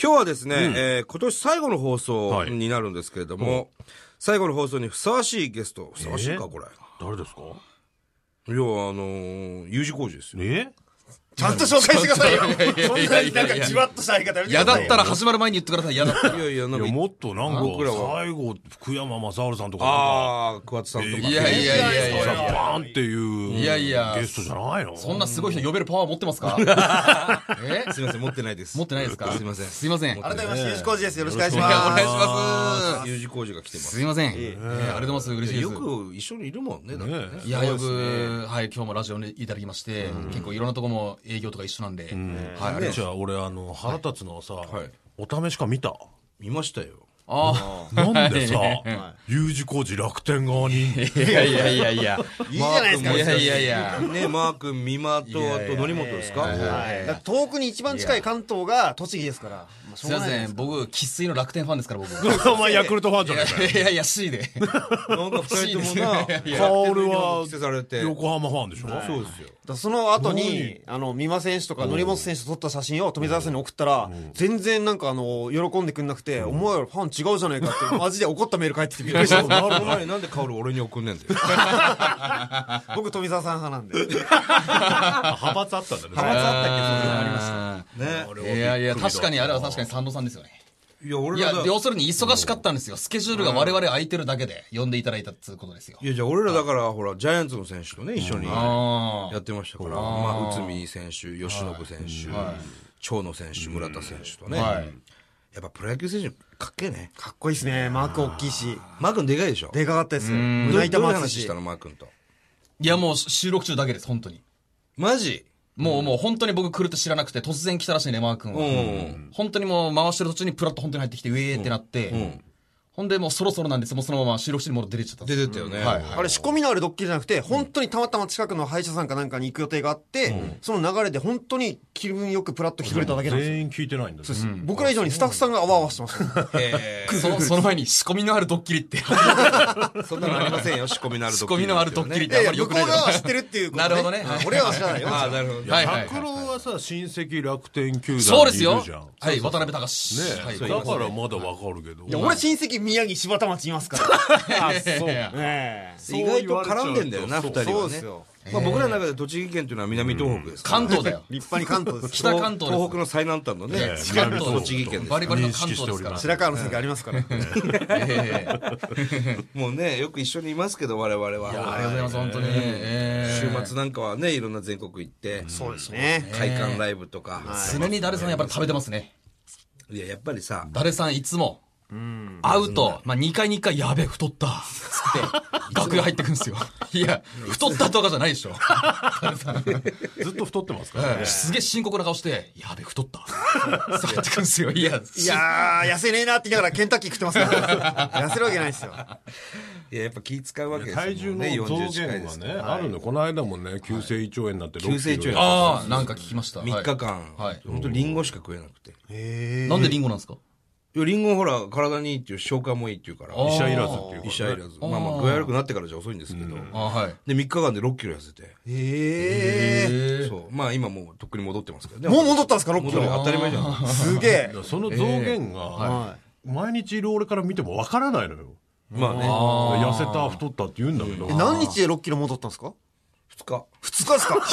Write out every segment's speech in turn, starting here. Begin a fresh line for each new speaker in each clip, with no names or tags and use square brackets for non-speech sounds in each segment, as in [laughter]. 今日はですね、えー今年最後の放送
はい
になるんですけれども、最後の放送にふさわしいゲスト、ふさわしい
え
か、
ー
これ。
誰ですか
いや、あのー、U 字工事ですよ。
え
ちゃんと紹介してくださいよ。そんなになんかじわっとした相方やめてく
嫌
だ
だ
さい
っ
よ
たら始まる前に言ってください。嫌だったら。
いやいや、なん
い
か
や、、もっとなんか
僕らは
最後福山雅治さんとかなんか
あー、桑田さんとか。
いやいやいやい
いやい
や。
や
バーンっていう
いやいや
ゲストじゃないの
そんなすごい人呼べるパワー持ってます
[laughs]
かえ
すいません、持ってないです。
持ってないですか
すいません。
すいません。いや
改めまして、ゆうじこうじです。よろしくお願いし
お
ます。
願いしま。
U 字工事が来てますす。
すいません。ええありがとうございます。嬉しいです。
よく一緒にいるもんね、だってね。
いや、よく、はい、今日もラジオにいただきまして、結構いろんなとこも営業とか一緒なんで、はい、あれ、
じゃあ俺あの腹立つのはさ、
い
お試しか見た
見ましたよ。
あ
なんでさ
はい
U 字工事楽天側に
あ、いやいやいやいや、
いいじゃないですか。
いやいやいや、
ね、マー君、美馬と、あと、則本ですか
はいだって遠くに一番近い関東が栃木ですから。まあしょ
す
う
い
が
ま
ない
せ
で
ん、僕、生粋の楽天ファンですから、僕。い
お前ヤクルトファンじゃないかよ
やいやいや、C
[laughs]
で。
なんか二人ともな、
いやいや
薫
は
は
着せされて。
横浜ファンでしょ
そうですよ。
だからその後
すご
に
い、
あの、三馬選手とか則本選手と撮った写真を富澤さんに送ったら、全然なんかあの、喜んでくんなくて、お前らファン違うじゃないか [laughs] って、マジで怒ったメール返ってきてびっくりした。
なる前になんでカオル俺に送んね
[laughs]
んだよ。
僕富澤さん派 [laughs] なんで。
あ派閥あったんだね
[laughs] あ
ね。
ーいやいや、確かに、あれは確かにサンドさんですよね。
いや、
い
俺
や
らだ、。
要するに忙しかったんですよ。スケジュールが我々空いてるだけで、呼んでいただいたっていうことですよ
い。や、じゃあ俺らだから、ほら、ジャイアンツの選手とね、一緒にや
ああ
ってましたから、まあ、内海選手、吉信選手、長野選手、村田選手とね。
はい
やっぱプロ野球選手、かっけえね。
かっこいいですね。マーク大きいし。
マー君でかいでしょ
でかかったですよ。
どう
胸
いうど
板
うい
も
う
厚い
話
し
した。の、マー君と。
いや、もう収録中だけです、本当に。
マジ
もうもう本当に僕来ると知らなくて、突然来たらしいね、マー君は。
うん。
本当にもう回してる途中にプラッと本当に入ってきて、ウェーってなって、
うん。
ほんでもうそろそろなんです、もうそのまま収録室にもう出てっちゃったんです
出てたよね。
はいはい
あれ仕込みのあるドッキリじゃなくて、本当にたまたま近くの歯医者さんかなんかに行く予定があって、その流れで本当に気分よくプラッと来てくれただけなんですよ。
全員聞いてないんだね
僕ら以上にスタッフさんがあわあわしてました。
へー
そのその前に仕込みのあるドッキリって、
そんなのありませんよ、仕込みのある
[laughs]
ド
仕
ッキリ。
込みのあるドッキリっ
い
てあ
や
ん
い
ま
や、
り
向
良く
こ
ないう
側は知ってるっていうことね。
なるほどね
うん俺らは知ら
[laughs]
ないよ。
ああ、なるほど。
はいはい
拓
はい。
郎はさ親戚楽天球団にいるじゃん
そうですよ。
ね
はい、渡辺隆。はい、
だからまだわかるけど
いや、俺親戚宮城柴田町いますから。
[laughs] あ、そう。
ええ
意外と絡んでんだよな、
そ
二人
う
そ
は
うです
ね。
よ。
まあ僕らの中で栃木県というのは南東北ですから。
関東だよ。
立
[laughs]
派に関東ですよ。
北関東です
東北の最南端のね
え、え
関東
栃木県です
バ。リバリの関東ですから。
白川の席ありますから。
ええ
もうね、よく一緒にいますけど、我々
いやあり
は。
がとうございます、本当に。え
週
え
末なんかはね、いろんな全国行って、
そうですね。
会館ライブとか。
常に誰さんやっぱり食べてますね。
いや、やっぱりさ、
誰さんいつも、会うと、まあ、2回に1回、やべえ、太った。つって、楽屋入ってくんですよ。いや、太ったとかじゃないでしょ。
ずっと太ってますから
ええすげえ深刻な顔して、やべえ、太った。そう入ってくんですよ。いや、
いやー、痩せねえなって言いながらケンタッキー食ってますから。 [laughs] 痩せるわけないですよ。
いや、やっぱ気使うわけですよ。
体重
もうね
の増
40近い
減
で
が
す
ね。あるのこの間もね急性胃腸炎になって
急性胃腸炎
ああ、なんか聞きました。
3日
は
間
い、
本当リンゴしか食えなくて。
はい。なんでリンゴなんですか
いやリンゴほら、体にいいっていう、消化もいいっていうから。
医者いらずっていう
医者いらず。まあまあ、具合悪くなってからじゃ遅いんですけど。
ああ、はい。
で、3日間で6キロ痩せて。
え
そう。まあ今もうとっくに戻ってますけどね。
え。もう戻ったんですか、6キ
戻る
ロ。
当たり前じゃん。
すげえ。
[laughs]
その増減が毎日いる俺から見てもわからないのよ
まあね、
痩せた太ったって言うんだけど
え何日で6キロ戻ったんですか
2日。
2日ですか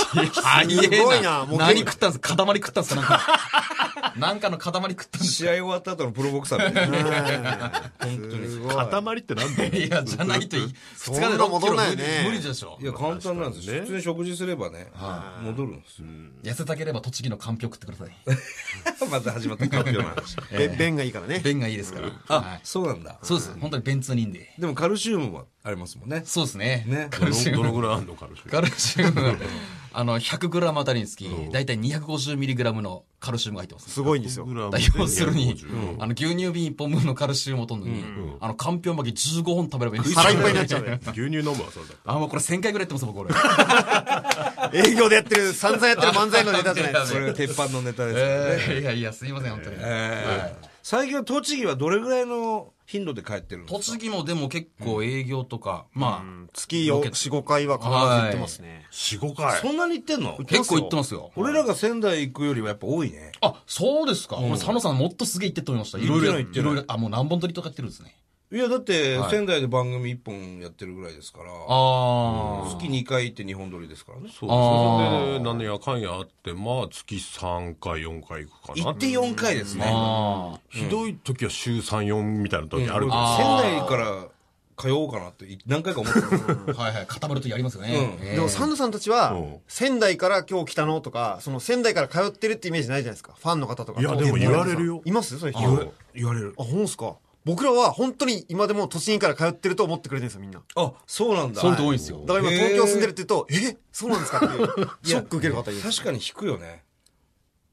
す
すごいな。もう
何食ったんですか塊食ったんですかなんか。なんかの塊食ったんです
試合終わった後のプロボクサーみたいな。
本当に。すごい。
塊ってなんだよ
[laughs]
かいや、じゃないといい。二
ん
日で
な
6キ
戻
ロ
んない
無
よ
理
ね
無理でしょ
い。や、簡単なんですよ。普通に食事すればね、戻るんですよ。
痩せたければ栃木のかんぴょう食ってくださ
[laughs]
い。
また始まった発表の
[laughs]
話。
べ便がいいからね。
便がいいですから。は
あ
い、。
そうなんだ。
そうです。本当に便通人で。
でもカルシウムはありますもんね。
そうですね。
ね
カルシウ
どの
ム。
ぐらいあんの
[laughs]
カルシウム
カルシウム。あの、100g あたりにつき、だいたい 250mg のカルシウムが入ってます。
すごいんですよ。
グラム
だ
で
要するに
250、
あの、牛乳瓶1本分のカルシウムを取るのに、あの、かんぴょう巻き15本食べればいいんですよ
腹いっぱいになっちゃうね。
牛乳飲むわそれだったら
あ、もうこれ1000回ぐらいやってます、僕、これ。
営業でやってる、散々やってる漫才のネタじゃないですか。
これが鉄板のネタですからね。
えーいやいや、すいません、本当に。
え最近は栃木はどれぐらいの頻度で帰ってるんです
栃
か
木もでも結構営業とか、まあ、
月よ
ロケ
4、5回は必ず行ってますね。
四五回
そんなに行ってんの
行って
結構行ってますよ。
俺らが仙台行くよりはやっぱ多いね。
あ、そうですか。俺佐野さんもっとすげえ行ってると思いました。いろい
行
ろ、
って
い
ない行ってな
ろ
い
いろ、あ、もう何本撮りとかやってるんですね。
いや、だって
はい
仙台で番組1本やってるぐらいですから、
ああ。
月2回行って2本撮りですからね。
そう
あー
それで何やかんやあってまあ月3回4回行くかな
行って4回ですね。
あ
ひどい時は週34みたいな時あるけど、
あ
仙台から通おうかなって何回か思ってた。
[laughs] あ。はいはい。固まるとやりますよね。ええ
でも、サンドさんたちは
うん、
仙台から今日来たのとか、その仙台から通ってるってイメージないじゃないですか。ファンの方とか。
いやでも言われるよ
いますそういう人。
言わ
あ、
言われる。
ほんすか。僕らは本当に今でも都心から通ってると思ってくれてるんですよ、みんな。
あ、そうなんだ。
そういう人多いんですよ。
だから今東京住んでるって言うと、えそうなんですかっていう、ショック受ける方いる。
確かに引くよね。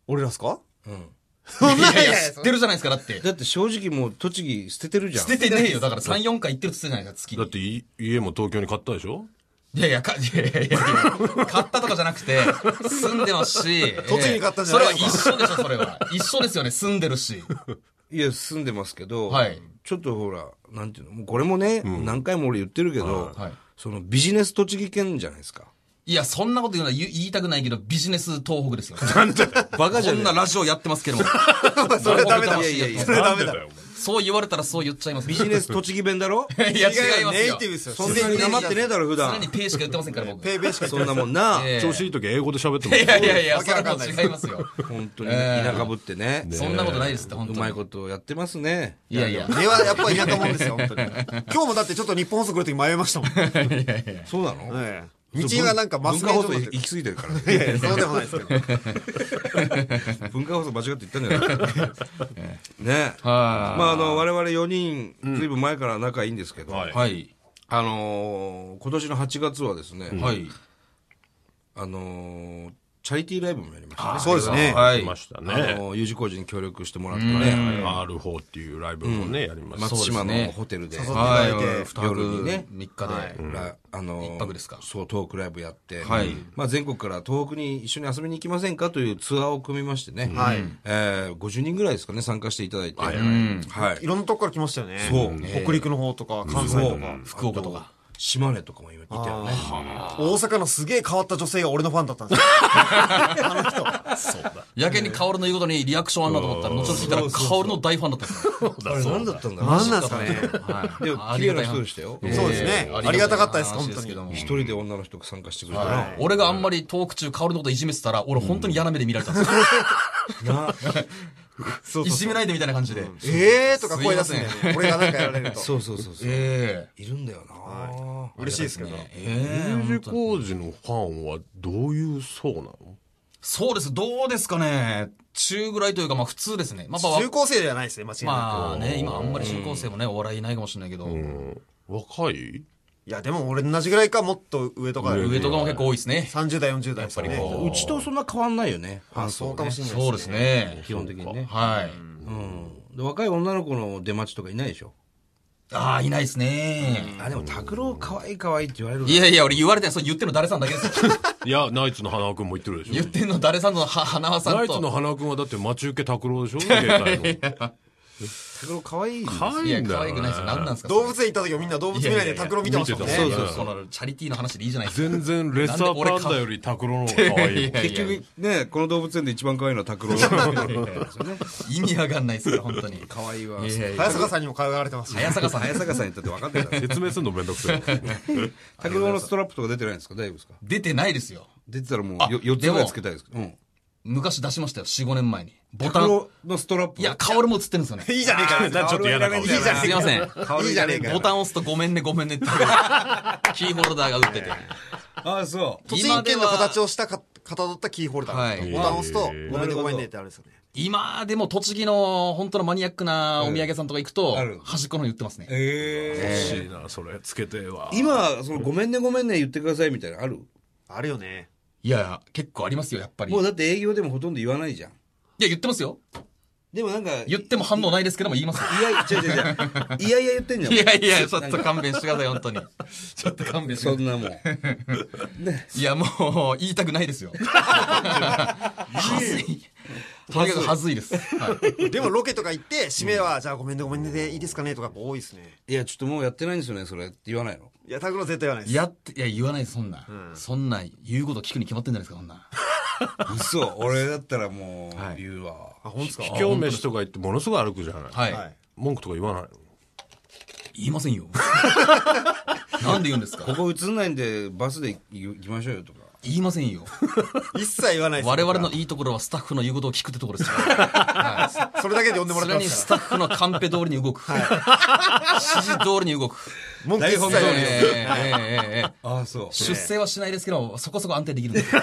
俺らですか
うん。
そん
いやいや、
[laughs] そ
知
ん
ってるじゃないですか、だって。
だって正直もう栃木捨ててるじゃん。
捨ててねえよ。だから3、4回行ってるって言ってたじゃないですか、月
だってい家も東京に買ったでしょ
いやいや、か、いやいやいやいや、買ったとかじゃなくて、住んでますし。
栃木に買ったんじゃない
ええそれは一緒でしょ、それは。一緒ですよね、住んでるし。
いや、住んでますけど、
はい
ちょっとほら、なんていうの、もうこれもね、何回も俺言ってるけど、
はい
そのビジネス栃木県じゃないですか。
いや、そんなこと言うのは言言いたくないけど、ビジネス東北ですよ。
バカじゃ
こ
ね
ん
え
なラジオやってますけども。
[laughs] それはダメだ。
いやいやいや
それはダメ
な
だ
んで。よ
そう言われたらそう言っちゃいます。
ビジネス栃木弁だろ
いや、違います
ネイ
よ
テ。ィブですよ。
そんなに黙ってねえだろ、普
常
段
に。 [laughs] ペイしか言ってませんから、僕。
ペ
い
イペイしか
そんなもんな、
[laughs] ええ
調子いい時は英語で喋っても
やいやいや、
わ
そ
け
れ
わか
は
んない
違いますよ。
本当に
ええ
田舎ぶってね。
そんなことないですって、本当
う
に。
まいことやってますね。
いやいや。
根はやっぱり田舎者ですよ、本当に。今日もだってちょっと日本放送来る時迷いま [laughs] したもん。
そうなの、
ええ道がなんかマス
文
メ
化
状
放送
にな
行
ってる
き過ぎてるからね。
いやいやそうでもない [laughs] ですけど。
文化放送間違って言ったんじゃないねえ。
は
まあ、あの、我々4人、ずいぶん前から仲いいんですけど、
はい
い。はい。
あのー今年の8月はですね、
はい。
あのーチャリティーライブもやりましたね。
そうですね。
は
来
い
ま。した
あ
ね、
のー U 字工事に協力してもらってね、
R4 っていうライブもね、やりました
松
し
島のホテルで、
そうですね
はい
いただいて。
二泊
夜にね
三日で。
らあのー
一泊ですか
そう、トークライブやって、
はい
まあ、全国から東北に一緒に遊びに行きませんかというツアーを組みましてね、
はい
えー50人ぐらいですかね、参加していただいて、はい
いろんなとこから来ましたよね。
そう
北陸の方とか、関西とか。
福岡とか。
島根とかも今いたよね。
大阪のすげえ変わった女性が俺のファンだったんです [laughs] よ。あの人。
やけに薫の言うことにリアクションあんなと思ったら、後々聞いたら薫の大ファンだったんですよ
あれ何だったんだろう
何なんですかね。
はい
でも綺麗な人でしたよ。
そうですね
ええ
ありがたかったです
ありがたい話けども
一人で女の人が参加してくれたな。
俺があんまりトーク中、薫のこといじめてたら、俺本当に嫌な目で見られたんですよ。
な
そうそうそう
いじめないでみたいな感じで。
えーとか声出すんだよ
すい
ね。俺がなんかやられ [laughs] ると。
そうそうそうそう。
え
いるんだよな。
はい嬉しいですけど。
え。ええ。
U 字工事のファンはどういう層なの
そうです。どうですかね。中ぐらいというか、まあ普通ですね。まあ、まあ
中高生じゃないですね、間違いな
まあね、今あんまり中高生もね、お笑いいないかもしれないけど、
若い
く。いや、でも俺同じぐらいか、もっと上とかだよね
上とかも結構多いですね。
30代、40代ですよ
やっぱりこ
ね。
うちとそんな変わんないよね。ファ
あ、
ン
そ
層
うかも
ね。
しれない
そうです。ね。
基本的にね。
はい。
うんで若い女の子の出待ちとかいないでしょ。
ああ、いないですね。
あ、でも拓郎可愛い可愛いって言われる
いやいや、俺言われてない。そう言ってんの誰さんだけですよ。
いやナイツの花輪君も言ってるでし
言っ
ょ
てんの誰さんのは、花輪さ
ナ
ん
イツの
と。
花輪君はだって待ち受け拓郎でしょ携帯の
拓郎可愛いんですよ
可愛
い
い
や、
んだ
可愛
よ
くないですよ。何なんですか
動物園行った時はみんな動物見ないで拓郎見てましたもんね。
いやいやいや見てた
そうそう。このチャリティーの話でいいじゃないですか。
全然レッサーパンダより拓郎の方が可愛い
いやいや
結局ね、この動物園で一番可愛いのは拓郎なんですよね。
意味わかんないですよ、本当に。
可愛い [laughs] わ。
いやいや
早坂さんにも可愛がられてますし。
早坂さん、
早坂さんにとって分かってた。
説明するのめんどくせえ
拓郎のストラップとか出てないんですか大丈夫ですか
出てないですよ。
出てたらもう
あ
よ4つぐらいつけたいですけど。うん
昔出しましたよ、4、5年前に。ボ
拓
タン。
郎のストラップ
[laughs] いや、薫も映ってるんですよね。
いいじゃねえかよ。
なちょっと嫌な顔して
いいじゃね
す
え
い
かよ。
ません。
いいじゃねえ
ボタン押すとごめんね、ごめんねって。 [laughs] キーホルダーが打ってて。
ああ、そう。
栃木県の形をしたか、かたどったキーホルダー
はい
ボタンを押すと、
へー
ごめんねごめんねってあるんですよね。
今でも栃木の本当のマニアックなお土産屋さんとか行くと
ある、
端っこの方に売ってますね。
え
欲しいなそれつけてえわ
え。今、その、ごめんねごめんね言ってくださいみたいなのある
あるよね。
いやいや、結構ありますよ、やっぱり。い
もうだって営業でもほとんど言わないじゃん。
や、言ってますよ。
でもなんか、
言っても反応ないですけども言いますよ。
いや、違う違う違う。いやいや言ってんじゃん。
いやいや、ちょっと勘弁してください、本当に。 [laughs] ちょっと勘弁して
そ
くだ
んなもん。
[laughs] さい。いや、もう、言いたくないですよ。はずい。とにかくはずいです。はい
でもロケとか行って、締めは、じゃあごめんねごめんねでいいですかねとかやっぱ多いですね。
いや、ちょっともうやってないんですよね、それって言わないの。
いや、タグロ絶対言わないです。
やって、いや、言わないです、そんな。そんな、言うこと聞くに決まってんじゃないですか、そんな。
嘘、俺だったらもう、言うわ。
あ、本当ですか
秘境飯とか行ってものすごい歩くじゃない、
はい。
はい。
文句とか言わないの
言いま
[laughs]
せんよ。なんで言うんです
こ
か
こ映んないんで、バスで行きましょうよとか。
言いませんよ。
一切言わないです。
我々のいいところはスタッフの言うことを聞くってところですから。は
それだけで呼んで
い。
も
そ
らって
れ
ま
に
す
ス
か
タッフのカンペ通りに動く。指示通りに動く。
ら。文句一切
え
言わないです。
えええええ
ああ、そう。
出世はしないですけど、そこそこ安定できるんですよ。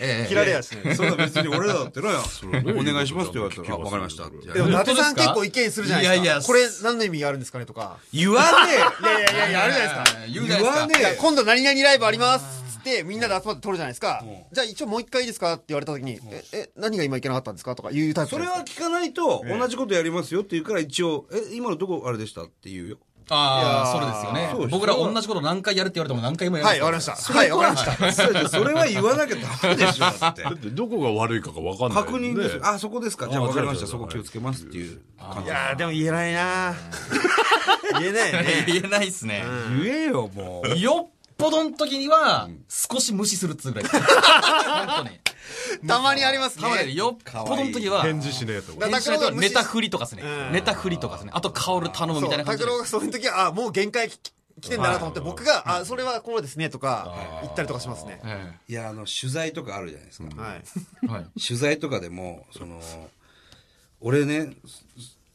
ええ
切られやしないです。
そうだ、別に俺らだってなや。お願いしますって言われたら、あ、わかりましたってやる
でも、伊
本当
達
です
さん
か
結構意見するじゃないですか。
いやいや
これ何の意味があるんですかねとか。
言わね
いやいやいやいや、あるじゃないですか。
言うじゃないで
言
すか
わね。え
いや今度何々ライブありますっつってみんなで集まって撮るじゃないですか、じゃあ一応もう一回いいですかって言われた時に、ええ何が今いけなかったんですかとかいうタイプ
そ
じゃ
れ
ない
は聞かないと、同じことやりますよって言うから、一応、え、今のどこあれでしたって言うよ。
ああ、そうです
そ
よ
うです
ね。僕ら同じこと何回やるって言われても何回もやり
ですかはいわかりましたはいわかりました
そうそれは言わなきゃダメでしょ、だ [laughs] って。
だってどこが悪いかが分かんない
確認です。あ、そこですか。じゃあ分かりました。そこ気をつけますっていう感
い
じ。
やーでも言えないなー [laughs] 言えないよね
言えないっすね。
言えよ、もう。
よっぽどの時には、少し無視するっつうぐ
[laughs]
らい。本当に。
[laughs] たまにありますね
たまによっぽどの時は、
返事しねえとか
だ
返事しないとネタ振りとかですね
う。ん
ネタ振りとかですね。あと薫頼むみたいな感
拓
じで。
郎がそういう時はあもう限界き来てんだなと思って、僕が「あそれはこうですね」とか言ったりとかしますね
え
[laughs] いや、あの、取材とかあるじゃないですか。
はい
えはい。
取材とかでも、その、俺ね、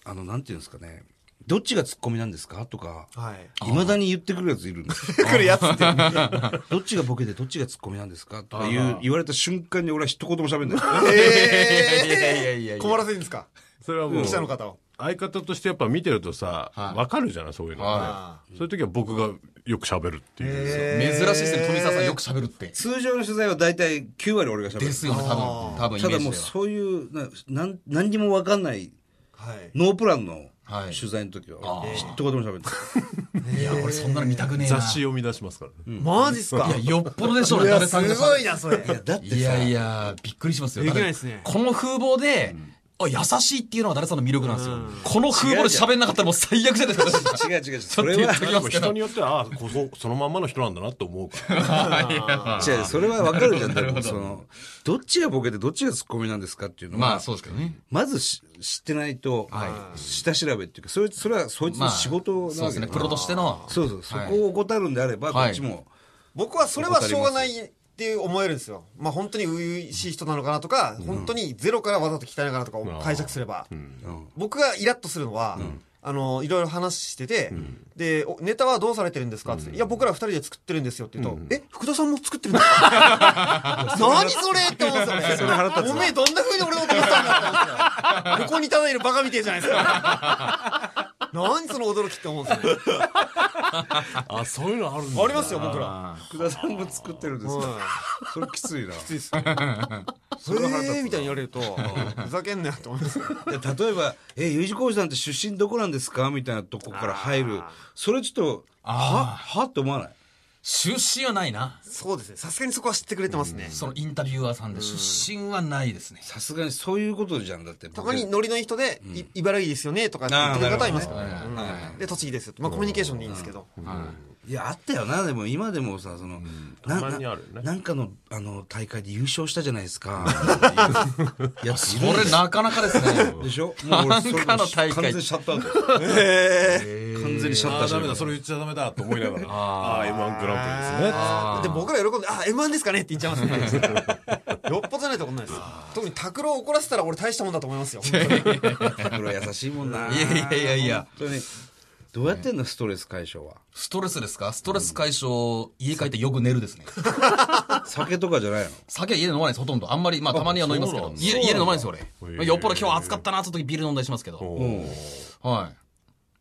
あの、なんていうんですかね、どっちがツッコミなんですかとか、
はい
いまだに言ってくるやついるんですよ。
[laughs] 来るやつ [laughs] って
どっちがボケでどっちがツッコミなんですかとか言う言われた瞬間に俺は一言も喋んない。
え
いやいやいやい
ー、
や
困らせるんですか
それはもう
記者の方を
相方としてやっぱ見てるとさ、
はい
分かるじゃないそういうの、ね
は
そういう時は僕がよく喋るっていう、
珍しいですね。富澤さんよく喋るって。
通常の取材は大体9割俺が喋る。
ですよね、多分。多分イ
た
メー
だも
ジで
う
は。
そういう、ななん何にも分かんない、
はい
ノープランの
はい
取材の時は
あー、
一言も喋んない。
[laughs] いや、俺そんなの見たくねえな。
雑誌読み出しますからね、
マジっすか
いや、よっぽどでしょうね、
いや
誰
す
さんが喋る。
ごいなそれ
いや、だってさ、
いやいや、びっくりしますよ。
できないですね
だってこの風貌で、あ、優しいっていうのは誰さんの魅力なんですよ。この風貌で喋んなかったらもう最悪じゃないですか。
違う違う違う。それは
ちょっと言
で
っと、きま
も
すけど
人によってはあこそそのまんまの人なんだなって思うから
違う違うそれは分かるじゃん。でもその、どっちがボケでどっちがツッコミなんですかっていうのは、
まあそうですけどね。
まずし知ってないと、
は
下調べっていうか、それそれはそいつの仕事なわけ
そうですね、プロとしての。
そうそう、そ
はい
こを怠るんであれば、
はい
こっちも、
僕はそれはしょうがないって思えるんですよまあ本当に初々しい人なのかなとか、本当にゼロからわざと聞きたいのかなとかを解釈すれば、
うん
僕がイラッとするのは、あのいろいろ話してて、でおネタはどうされてるんですかって、いや僕ら二人で作ってるんですよって言うと、え福田さんも作ってるんですか [laughs] 何それって思うんですよねおめえどんな風に俺のこと思ったんだって思うんですよここにただいるバカみてえじゃないですか何その驚きって思うんですよね
あそういうのあるんだ
ありますよ僕ら
福田さんも作ってるんです
う
か
ん
それきついな。
ついっすね。それみたいに言われる [laughs] と、ふざけんなよって思います。
いや例えば、え、U 字工事さんって出身どこなんですかみたいなとこから入る。それちょっと、は
あ
はって思わない
出身はないな。
そうですね。さすがにそこは知ってくれてますね。
そのインタビュアーさんで出身はないですね。
さすがにそういうことじゃん。だって、
たまにノリのいい人で、い茨城ですよねとかって言ってくれる方はいますけどね
あーなるほどね
うんで、栃木ですよって。まあコミュニケーションでいいんですけど。
いや、あったよな。でも今でもさ、その、な
たまにあるよ
な
ね
なんかの、あの、大会で優勝したじゃないです
[laughs]
か。いや、そ
これなかなかですね。
でしょもう俺、それ
なんかの大会
完全にシャットアウト。完全にシャットア
あ
ウト
ダメだそれ言 [laughs] っちゃダメだと思いながらああ m 1グランプリですね
で、僕ら喜んで、あ、M1 ですかねって言っちゃいます [laughs] ね。よっぽどないとこんないですよ。特に拓郎を怒らせたら俺大したもんだと思い [laughs] ますよ。本当に
これは優しいもんな。
いやいやいやいや
本当に。どうやってんの、ストレス解消は。
ストレスですかストレス解消、家帰ってよく寝るですね。
酒とかじゃないの
酒は家で飲まないです、ほとんど。あんまり、まあたまには飲みますけ
そうな。
ど
んだ
家家で飲まないですよ、
へ
俺。
え
まあ酔っ払い今日暑かったなって時ビール飲んだりしますけど。は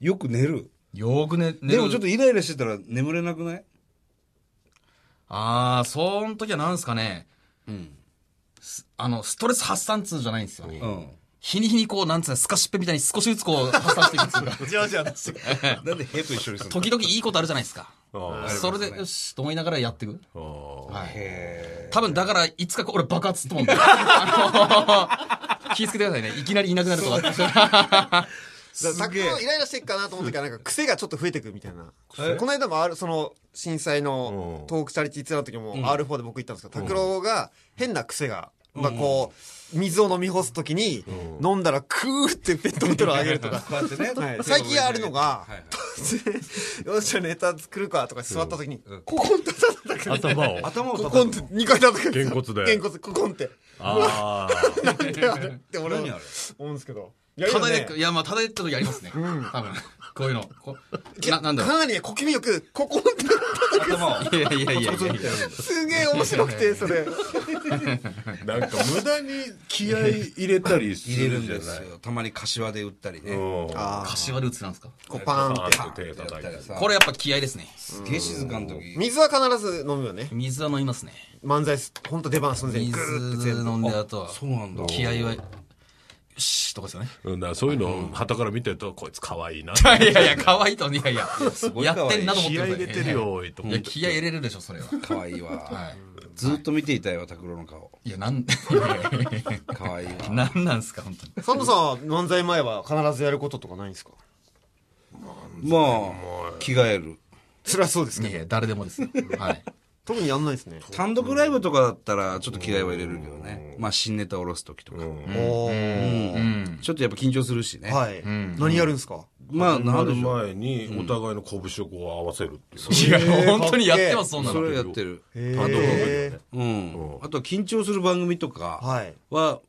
よく寝る。
い。よく寝、寝
で
る
もちょっとイライラしてたら眠れなくない
ああ、そん時はなんですかね。
ん
すあの、ストレス発散通じゃないんですよね。
うん。
日に日にこう、なんつうの、スカシッペみたいに少しずつこう、発散していくんですよ。
なんでヘと一緒にするの
時々いいことあるじゃないですか。
あ
それで、よし、と思いながらやっていく。
あああ
はい。
へ
多分だから、いつかこう俺爆発すると思うんだよ。あ気ぃつけてくださいね。いきなりいなくなると
だか
か。
ら拓郎イライラしてっかなと思ってからなんか癖がちょっと増えてくみたいな。この間もあるその震災
う
の
ん
東北チャリティーツアーの時も R4 で僕行ったんですけど、拓郎が変な癖が、まあこう、水を飲み干す時に飲んだらクーってペットボトルをあげる
[laughs]
とか。
こうやってね、
はい最近あるのが
はいはい、
突然よっしゃネタ作るかとか座った時に、ココンって叩くんだけど
頭を。
頭を
コ
叩
コンっ
く
て2回叩くん
げ
ですよ。
んこつで
げんこつココンって。
あ
なんであれって俺は
何あれ
思うんですけど。いやいや
ただ
ね
いて、いや、まあ、ただいてた時ありますね。多分。こういうの。こうな、なんだろ
かなりね、小気味よく、ココンって
頭を
う。いやいやいやいやいや。
すげえ面白くて、それ。
あ。なんか無駄に気合い入れたりす
入れる
る
ん
じゃ
で
な
す
い。
よ。たまに柏で売ったりね。
うん。
あー
柏で打つなんですか
こうパーンって。
パーンって手叩いて。
さ
これやっぱ気合ですね。
すげえ静かの時。
水は必ず飲むよね。
水は飲みますね。
漫才す、ほんと出番寸前にぐーって
水
全部。
飲んで、あとは、
そうなんだ。
気合は、よしとかですよね。
うんだからそういうのを旗から見てると、こいつ可愛いな。
いやいや、可愛いと、いやいや、
ごい
や
可愛い
ってんなと思って
気
く
合い
ださい
入れてる。よ、おいと
い
思っ
や、
て。
気合入れるでしょ、それは。
可愛いわ。
はい。
ずっと見ていたいわ、拓郎の顔。
いや、なん、
可愛いわ。
[laughs] なんなんすか、本当に。
サンドさんは漫才前は必ずやることとかないんですか
まあ、着替える。
そりゃそうですけ
い
ど。
や、誰でもですよ。はい。
特にやんないですね。
単独ライブとかだったら、ちょっと着替えは入れるけどね。まあ、新ネタ下ろす時とか。
おー。
うん。
ちょっとやっぱ緊張するしね。
はい。何やるんですか
まあ、な
な
る
る
でしょう。
前にお互いの拳をこう合わせるっていう。
いや、本当にやってます、そんな
そ
の。
れやってる。
へ
単独ライブで
ー
ね。
うん。あとは緊張する番組とか
はい。
は、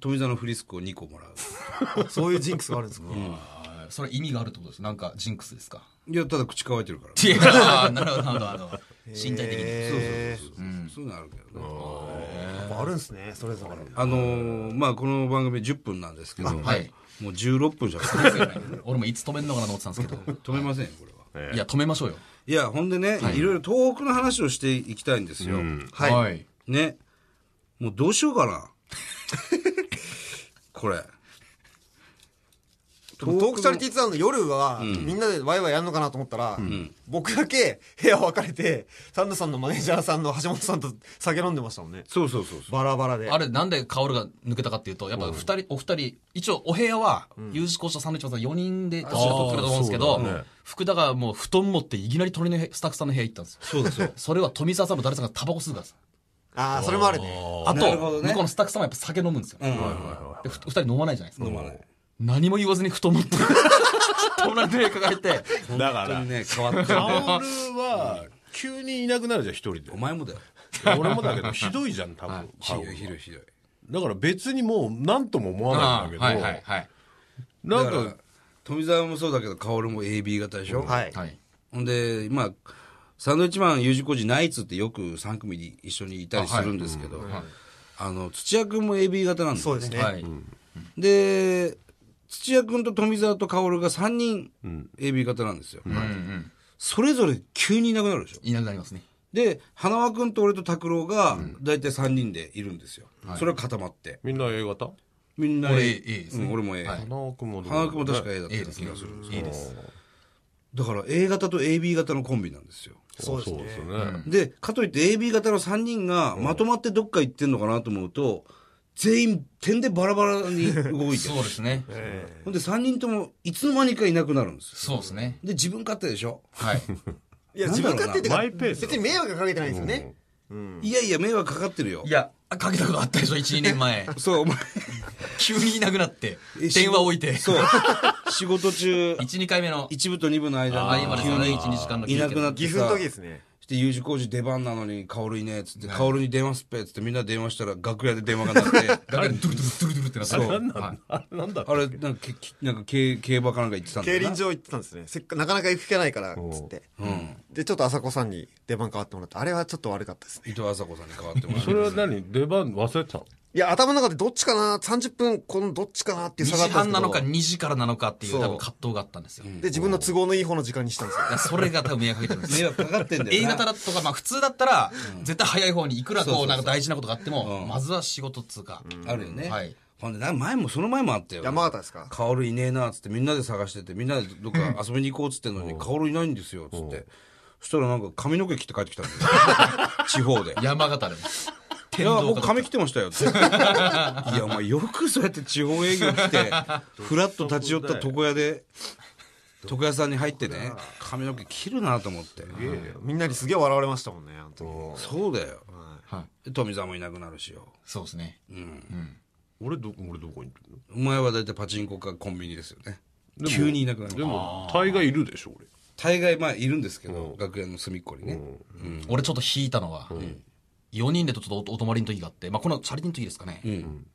富澤のフリスクを2個もらう。
そういうジンクスがあるんですか
あーそれ意味があるってことです。なんか、ジンクスですか。
いや、ただ口乾いてるから。
いや、あーなるほど、なるほどなるほど。身体的に。
へ
そうそうそうそう。そういうのあるけどね。
ーやっぱあるんですね、それぞれ。
あのーまあ、この番組10分なんですけど、
はい
もう16分じゃない
俺もいつ止めんのかなと思ってたんですけ [laughs]
止めませんよ、これは。
ど。いや、止めましょうよ。
いや、ほんでね、い、ろいろ東北の話をしていきたいんですよ。
はい
い。
ね。もうどうしようかな。 [laughs] これ。
トークチャリティーツアーの夜は、みんなでワイワイやるのかなと思ったら、僕だけ [laughs] 部屋分かれて、サンドさんのマネージャーさんの橋本さんと [laughs] 酒飲んでましたもんね。
そうそうそうそう。
バラバラで。
あれ、なんで薫が抜けたかっていうと、やっぱ二人、お二人、一応お部屋は、有志校舎サンドイッチマンさん4人で年を取ってくれたと思うんですけ
あ
ど
ーそうだね、
福田がもう布団持っていきなり鳥の部スタッフさんの部屋行ったんですよ。
そうですよ。
それは富澤さんも誰さんがタバコ吸うからさ。
ああ、それもあるね。
あ
なるほど
と、
ね
向こうのスタッフさんもやっぱ酒飲むんですよ。で、ふ二人飲まないじゃないですか。
飲まない
何も言わずに布団持って、 [laughs] 隣の部屋抱えて、
だか
本当
ら
に、ね、変わった。
カ [laughs] オルは、急にいなくなるじゃん、一人で
お。前もだよ。
俺もだけど、ひどいじゃん、多分。
ひどいひどいひどい。
だから別にもう、なんとも思わ
あ
ないん
ー
だ
はい
けど、
はいはい。
な
だ
ん
か、、
から
富澤もそうだけど、薫も AB 型でしょ。
はい。
はい。
ほんで、まあ、サンドウィッチマン U 字工事ナイツってよく3組に一緒にいたりするんですけど、あ,、の、土屋くんも AB 型なんです
そうですね。
はい。
で、土屋くんと富澤と薫が3人 AB 型なんですよ、それぞれ急にいなくなるでしょ。
いなくなりますね。
で、花輪くんと俺と拓郎が大体3人でいるんですよ。それは固まって。
みんな A 型
みんな
俺 A ですね
うん俺も A。
はい
花尾君もどう
花輪くんも確か A だった
A
よう
で
な
す
気
ね
がする。。
A です。
だから A 型と AB 型のコンビなんですよ。
そうです
そう
ね
ですよね。
で、かといって AB 型の3人がまとまってどっか行ってんのかなと思うと、全員点でバラバラに動いて
[laughs] そうですね。
え
ほんで3人ともいつの間にかいなくなるんですよ。
そうですね。
で、自分勝手でしょ
はい。
えいや、
なん
自
だろう
分
な
勝手っていうか
マイペースだ
別に迷惑はかけてないんですよね。
いやいや、迷惑かかってるよ。
いや、かけたことあったでしょ、1、2年
[laughs]
前。
そう、お前。
急にいなくなって、
え
電話置いて。
そう。仕事中、
1、2回目の、
一部と二部の間
あ、今
に
です
急
よね、1、
に
2時間の
いなくなっ
って
岐
さ
阜の時ですね。
して、U 字工事出番なのに、薫いねえっつって、薫に電話すっぺっつって、みんな電話したら楽屋で電話が鳴
[laughs]
って、
て。あれ、ドゥルドゥルドゥルドゥルってなった。
そう
なんな
は
んだなんだ
あれ、なんか、けきなんか競競馬かなんか行ってたんだ
競
よな
輪場行ってたんですね。せっかなかなか行けないから、つって。で、ちょっと朝子さんに出番変わってもらって、あれはちょっと悪かったですね。
伊藤麻子さんに代わってもらっ
それは何出番忘れてたの
いや、頭の中でどっちかな、30分、このどっちかなっていう
2
差があ
時
ったん
半
です
な
けど。
のか2時からなのかっていう
そう
多分葛藤があったんですよ。
で、自分の都合のいい方の時間にしたんですよ。
いやそれが多分迷惑かけてるんです
迷
よ。
惑かかってんだよ
A
な。
型だとか、まあ普通だったら、絶対早い方にいくら
そう
こ
そう
う、
そ
な
うん
か大事なことがあっ
う
ても
ん、
まずは仕事っつうか。
あるよね。
はい
ほんで、な前も、その前もあったよ。
山形ですか
薫いねえな、つってみんなで探してて、みんなでどっか遊びに行こうっつってんのに、薫いないんですよ、つって。そしたらなんか髪の毛切って帰ってきたんだよ。地方で。
山形でも。
い
天
や、
童
僕
かどっ
髪
か
切ってましたよって。いや、お前よくそうやって地方営業来て、ふらっと立ち寄った床屋で、床屋さんに入ってね、髪の毛切るなと思って。
みんなにすげえ笑われましたもんね、あの時
そうだよ。
はい
富澤もいなくなるしよ。
そうですね
俺ど俺どこにいる
お前は大体パチンコかコンビニですよね。急にいなくな
の
る
で。も大概いるでしょ俺
大概まあいるんですけど、学園の隅っこにね。
俺ちょっと引いたのは、4人でちょっとおお泊まりの時があって、まあ、このチャリティーの時ですかね、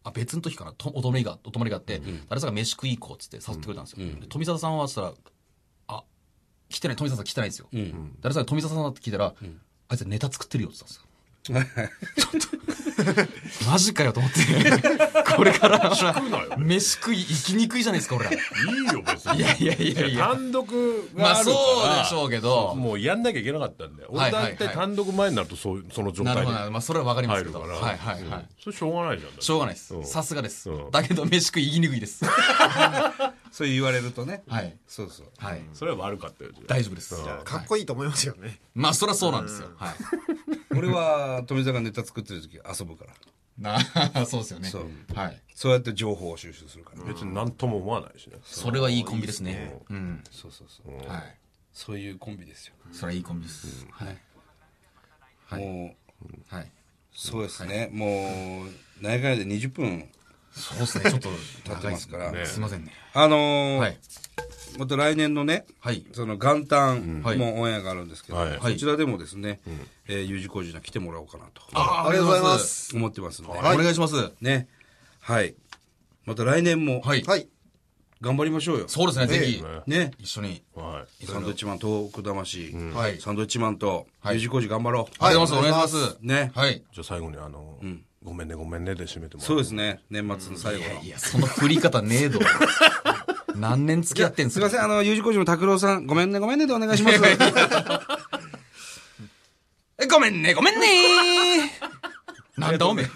あ別の時かなとお泊まりがお泊まりがあって、誰さんが飯食い行こうっつって誘ってくれたんですよ、で富澤さんはそしたら「あ来てない富澤さん来てないんですよ、誰さんが富澤さんだって聞いたら、あいつネタ作ってるよ」って言 [laughs] ったんですよちょっとマジかよと思 [laughs] ってこれから飯食い行きにくいじゃないですか俺らい
いいよ別に
やいやいやいや
単独
ま
が
あ
ある
そ
か
う
ら
でしょうけど
もうやんなきゃいけなかったんだよ
は
俺
いはいは
だ
い
いたい単独前になるとそうその状
な
態
る
で
ほどなるほど、まあ、それは分かります
入
け
る
ど
か
はい
ら
はいはい、
それしょうがないじゃんだって
しょうがないです
う。ん
さすがです
う。ん
だけど飯食い行きにくいです。は
そう言われるとね。
い。
そうそう。
はい。
それは悪かったよじゃあ
大丈夫です。
かっこいいと思いますよね。
まあ、そりゃそうなんですよ。はい。
俺は富澤がネタ作ってる時遊ぶから。
なそうですよね
そう。
はい。
そうやって情報を収集するから。
別に何とも思わないしね
それはいいコンビですね。うん。
そうそうそう。
はい。
そういうコンビですよ。
それはいいコンビです。はい。はい
もう、
はい。
そうですね。もう、何回で20分
そうですね。ちょっと、
経ってますから。
すいませんね。
あのー
はい。
また来年のね、
はい。
その元旦
はい
もオンエアがあるんですけど、
はい
そちらでもですね、えー U 字工事に来てもらおうかなと
あ
ありがとうございま。す。
思ってますんで、
お願いします。
ね。はい。また来年も
はい。
はい。
頑張りましょうよ。
そうですね。ぜひ、
ね。
一緒に。
はい
サンドイッチマン東北魂、
はい
サンドイッチマンと U 字工事頑張ろう。
ありがとうございま
お願い
す。
ますね
はい。
じゃあ最後にあのごめんねごめんねで締めてもら
そうですすね。年末の最後の。
いや、その振り方ねえど。何年付き合ってん
す
す
いま
か
せん、あの、U 字工事の拓郎さん、ごめんね、ごめんねでお願いします。
ごめんね、ごめんねなんだおめえ。